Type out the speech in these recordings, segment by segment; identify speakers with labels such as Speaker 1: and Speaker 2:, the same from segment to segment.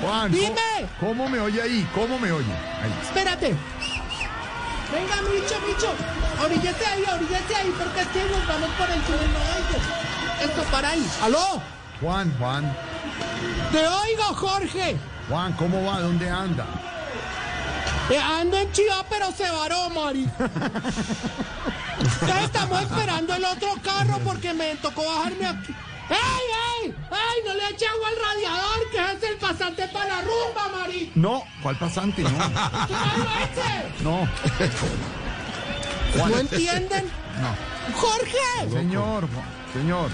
Speaker 1: Juan, ¿cómo-
Speaker 2: Dime.
Speaker 1: ¿cómo, me oye ahí? ¿Cómo me oye? Ahí.
Speaker 2: Espérate. Venga, Micho, Micho. Orillete ahí, orillete ahí, porque es que nos vamos por el túnel de ellos. Esto para ahí. ¡Aló!
Speaker 1: Juan, Juan,
Speaker 2: ¡Te oigo, Jorge!
Speaker 1: Juan, ¿cómo va? ¿Dónde anda?
Speaker 2: Eh, ando en Chiva, pero se varó, Mari. Ya estamos esperando el otro carro porque me tocó bajarme aquí. ¡Ey, ey! ¡Ey! ¡No le eche agua al radiador! ¡Que es el pasante para la rumba, Mari!
Speaker 1: No, ¿cuál pasante? No,
Speaker 2: ¡Que no lo eche!
Speaker 1: no,
Speaker 2: ¿No entienden?
Speaker 1: no.
Speaker 2: ¡Jorge!
Speaker 1: Señor, Juan, señor.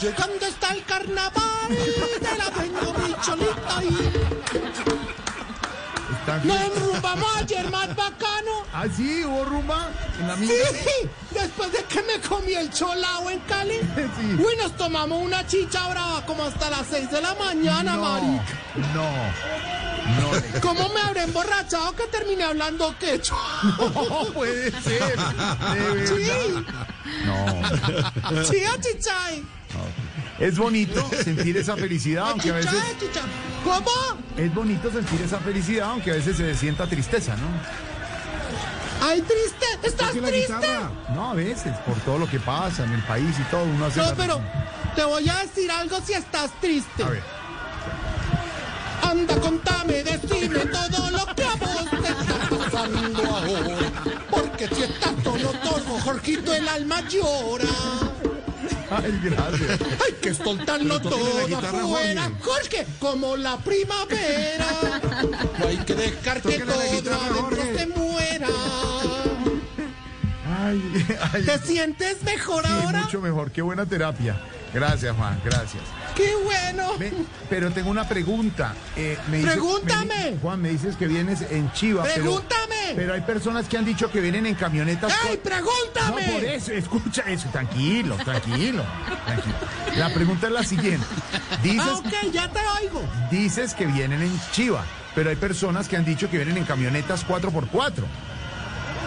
Speaker 2: Llegando está el carnaval de la tengo mi cholita y
Speaker 1: Está
Speaker 2: nos enrumbamos ayer más bacano.
Speaker 1: ¿Ah, sí? ¿Hubo rumba? ¿En la
Speaker 2: Sí,
Speaker 1: mía?
Speaker 2: después de que me comí el cholao en Cali.
Speaker 1: Sí.
Speaker 2: Uy, nos tomamos una chicha brava como hasta las 6 de la mañana,
Speaker 1: No,
Speaker 2: Mari.
Speaker 1: no, no, le-
Speaker 2: ¿Cómo me habré emborrachado que terminé hablando quecho?
Speaker 1: no puede ser. De
Speaker 2: Sí,
Speaker 1: verdad. No.
Speaker 2: sí, achichay.
Speaker 1: Es bonito sentir esa felicidad, aunque a veces
Speaker 2: Achichay, achichay. ¿Cómo?
Speaker 1: es bonito sentir esa felicidad, aunque a veces se sienta tristeza, ¿no?
Speaker 2: Ay, triste. ¿Estás triste?
Speaker 1: No, a veces, por todo lo que pasa en el país y todo, uno hace
Speaker 2: No,
Speaker 1: la-
Speaker 2: pero te voy a decir algo si estás triste.
Speaker 1: A ver.
Speaker 2: Anda, contame, decime todo lo que a vos te está pasando ahora. Porque si estás solo torvo, Jorgito, el alma llora.
Speaker 1: Ay, gracias.
Speaker 2: Hay que soltarlo todo afuera, Jorge, como la primavera. No hay que dejar que
Speaker 1: Tóquele la
Speaker 2: todo
Speaker 1: guitarra,
Speaker 2: adentro
Speaker 1: Jorge.
Speaker 2: te muera.
Speaker 1: Ay, ay.
Speaker 2: ¿Te sientes mejor
Speaker 1: sí,
Speaker 2: ahora?
Speaker 1: mucho mejor, qué buena terapia. Gracias, Juan, gracias.
Speaker 2: ¡Qué bueno!
Speaker 1: Ve, pero tengo una pregunta. Eh, me dice-
Speaker 2: Pregúntame.
Speaker 1: me di- Juan, me dices que vienes en Chiva. pero-
Speaker 2: Pregúntame.
Speaker 1: Pero, hay personas que han dicho que vienen en camionetas.
Speaker 2: ¡Ey,
Speaker 1: con- No,
Speaker 2: pregúntame!
Speaker 1: por eso, escucha eso, tranquilo, tranquilo, tranquilo. La pregunta es la siguiente.
Speaker 2: ah,
Speaker 1: Dices,
Speaker 2: ok, ya te oigo.
Speaker 1: dices que vienen en Chiva, pero hay personas que han dicho que vienen en camionetas 4x4.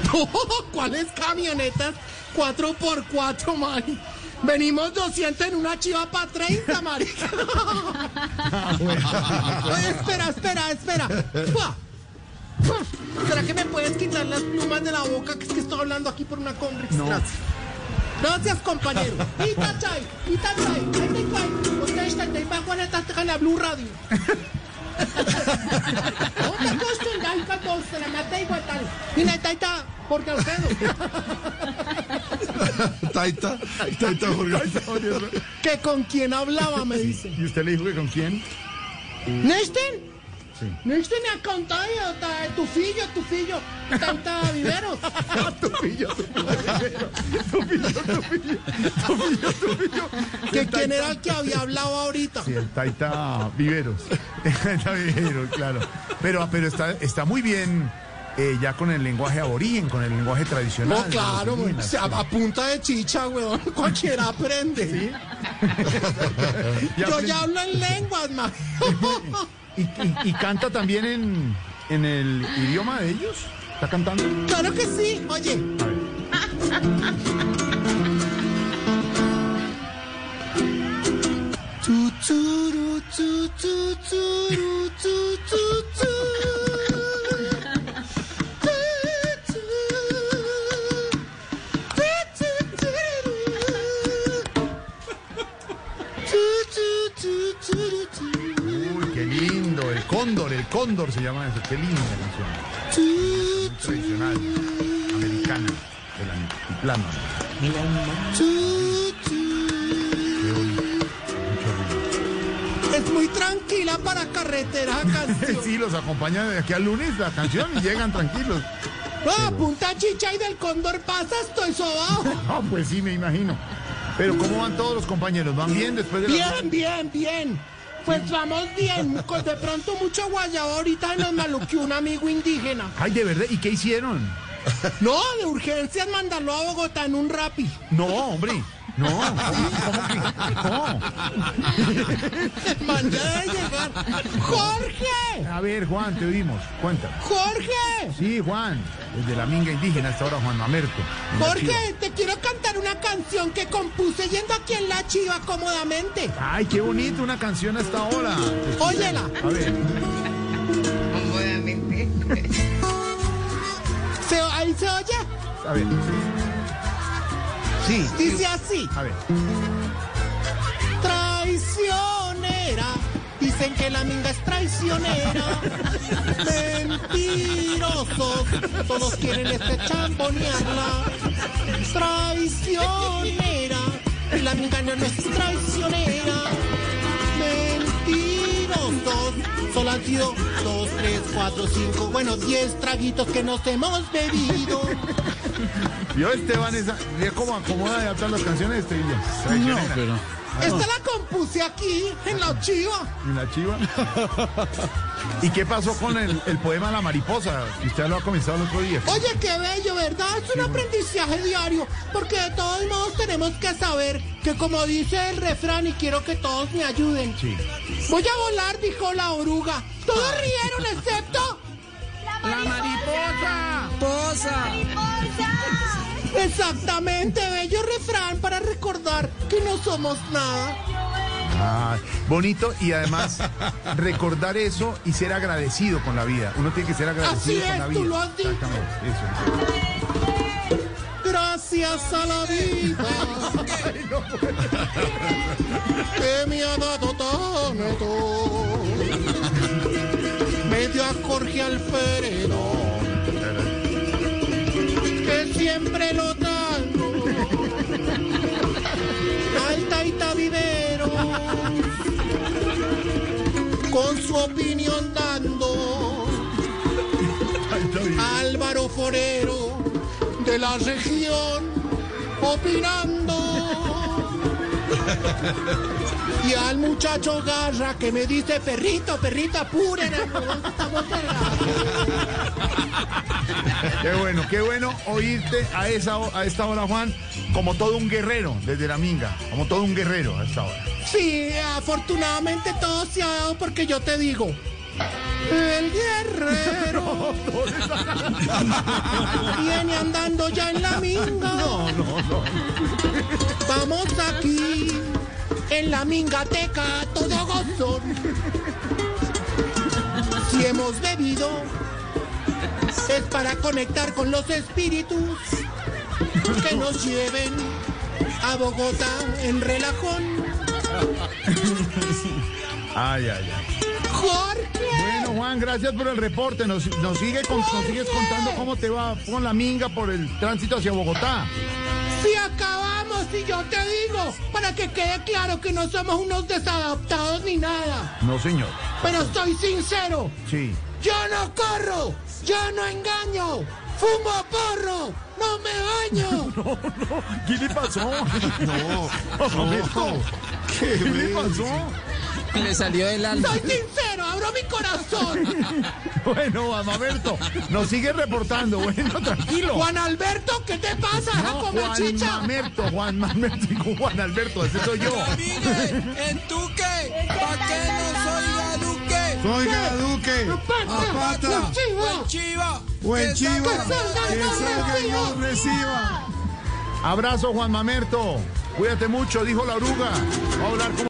Speaker 2: No, ¿cuáles camionetas? 4x4, Mari. Venimos 200 en una chiva para 30, Mari. Oye, espera, espera, espera. Fua. Fua. ¿Será que me puedes quitar las plumas de la boca? Que es que estoy hablando aquí por una congres.
Speaker 1: No.
Speaker 2: Gracias. Gracias, compañero. Pita chai, pita chai, 34, 84, 43, en la Blue Radio. Otra cosa, en la Ica Costa, la mata igual tal. Y la taita, porque Alfredo.
Speaker 3: Taita, Taita Jorge.
Speaker 2: que con quién hablaba, me dice.
Speaker 1: ¿Y usted le dijo que con quién?
Speaker 2: ¿Nesten?
Speaker 1: Sí.
Speaker 2: Nesten me ha contado ta- tu fillo, tu fillo, tanta viveros.
Speaker 1: Tupillo, tupillo, tupillo, tupillo, tupillo.
Speaker 2: que quién era el que había hablado ahorita.
Speaker 1: Sí, el Taita Viveros. Taita Viveros, claro. Pero, pero está, está muy bien eh, ya con el lenguaje aborigen, con el lenguaje tradicional.
Speaker 2: No, claro,
Speaker 1: de los
Speaker 2: güey.
Speaker 1: indígenas.
Speaker 2: Se- a, a punta de chicha, weón. Cualquiera aprende.
Speaker 1: Ya
Speaker 2: Yo
Speaker 1: aprendí.
Speaker 2: ya hablo en lenguas, man.
Speaker 1: ¿Y, y- y canta también en, en el idioma de ellos? ¿Está cantando?
Speaker 2: claro que sí. Oye,
Speaker 1: A ver.
Speaker 2: Tu, turu, tu, tu, turu, tu, tu, tu. Tu, tu. Tu, tu, turu. Tu, tu, tu, turu, tu.
Speaker 1: Uy, qué lindo. El cóndor, el cóndor se llama eso. Qué linda canción.
Speaker 2: Tu,
Speaker 1: Tradicional, americana, del altiplano.
Speaker 2: tu, tu.
Speaker 1: Qué bonito. Mucho ritmo.
Speaker 2: Es muy tranquila para carretera canción.
Speaker 1: Sí, los acompañan de aquí al lunes la canción y llegan tranquilos.
Speaker 2: Ah, punta chicha y del cóndor pasa, estoy sobao.
Speaker 1: Ah, pues sí, me imagino. Pero ¿cómo van todos los compañeros? ¿Van bien después de la...
Speaker 2: Bien, bien, bien. Pues vamos bien. Con- De pronto mucho guayabo ahorita nos maluqueó un amigo indígena.
Speaker 1: Ay, de verdad, ¿y qué hicieron?
Speaker 2: No, de urgencias mandarlo a Bogotá en un rapi.
Speaker 1: No, hombre. No, ¿cómo, cómo que? No.
Speaker 2: Mandé de llegar. ¡Jorge!
Speaker 1: A ver, Juan, te oímos. Cuéntanos.
Speaker 2: ¡Jorge!
Speaker 1: Sí, Juan, desde la minga indígena hasta ahora Juan Mamerto. en la Chiva.
Speaker 2: Jorge, te quiero cantar una canción que compuse yendo aquí en la chiva cómodamente.
Speaker 1: Ay, qué bonito, una canción hasta ahora. Te
Speaker 2: Óyela.
Speaker 1: A ver.
Speaker 4: Cómodamente.
Speaker 2: Se- ahí se oye.
Speaker 1: A ver.
Speaker 3: Sí.
Speaker 2: Dice así.
Speaker 1: A ver.
Speaker 2: Traicionera. Dicen que la minga es traicionera. Mentirosos. Todos quieren este chambonearla. Traicionera. Y la minga no no es traicionera. Mentirosos. Solo han sido dos, tres, cuatro, cinco, bueno, diez traguitos que nos hemos bebido.
Speaker 1: Yo Esteban esa, mira cómo acomoda de adaptar las canciones de este Villa. Traicionera.
Speaker 3: pero.
Speaker 2: Esta la compuse aquí, en la chiva.
Speaker 1: Y la chiva. ¿Y qué pasó con el, el poema La Mariposa? Que Usted lo ha comenzado el otro día.
Speaker 2: Oye, qué bello, ¿verdad? Es un aprendizaje diario, porque de todos modos tenemos que saber que como dice el refrán, y quiero que todos me ayuden,
Speaker 1: Sí.
Speaker 2: voy a volar, dijo la oruga. Todos rieron, excepto... Exactamente, bello refrán para recordar que no somos nada.
Speaker 1: Ah, bonito y además recordar eso y ser agradecido con la vida. Uno tiene que ser agradecido
Speaker 2: Así
Speaker 1: con
Speaker 2: es,
Speaker 1: la
Speaker 2: tú
Speaker 1: vida.
Speaker 2: lo has dicho.
Speaker 1: Exactamente, eso.
Speaker 2: Gracias a la vida que me ha dado tanto. Me dio a Jorge Alfredo que siempre lo traigo. Al Taita Vivero con su opinión dando. Álvaro Forero de la región opinando. Y al muchacho Garra que me dice, perrito, perrita, apuren. estamos cerrados".
Speaker 1: Qué bueno, qué bueno oírte a, esa, ho- a esta hora, Juan, como todo un guerrero desde la minga. Como todo un guerrero a esta hora.
Speaker 2: Sí, afortunadamente todo se ha dado porque yo te digo. El guerrero viene andando ya en la minga. No, no, no. Vamos aquí en la mingateca todo gozón. Si hemos bebido es para conectar con los espíritus que nos lleven a Bogotá en relajón.
Speaker 1: Ay, ay, ay.
Speaker 2: Jorge.
Speaker 1: Bueno, Juan, gracias por el reporte. Nos, nos sigue con- nos sigues contando cómo te va con la minga por el tránsito hacia Bogotá.
Speaker 2: Si acabamos y yo te digo, para que quede claro que no somos unos desadaptados ni nada,
Speaker 1: No, señor.
Speaker 2: pero estoy sincero,
Speaker 1: Sí.
Speaker 2: yo no corro, yo no engaño, fumo porro, no me baño.
Speaker 1: Oh, ¿Qué le pasó? No, no. ¿Qué le pasó?
Speaker 5: Le salió del alma.
Speaker 2: Soy sincero, abro mi corazón.
Speaker 1: Bueno, Juan Mamerto, nos sigue reportando. Bueno, tranquilo.
Speaker 2: Juan Alberto, ¿qué te pasa? Deja
Speaker 1: No,
Speaker 2: comer
Speaker 1: Juan
Speaker 2: chicha.
Speaker 1: Mamerto, Juan Mamerto y Juan Alberto, ese soy yo.
Speaker 5: Mire, en Tuque, pa' que no soy Duque,
Speaker 3: Oiga, Duque.
Speaker 2: Apata,
Speaker 1: Ah,
Speaker 3: Apata.
Speaker 2: los chivos.
Speaker 5: chiva.
Speaker 3: Buen
Speaker 5: que
Speaker 3: chivo.
Speaker 5: salga-
Speaker 3: Que salga y nos reciba.
Speaker 1: Abrazo, Juan Mamerto. Cuídate mucho, dijo la oruga. Va a hablar con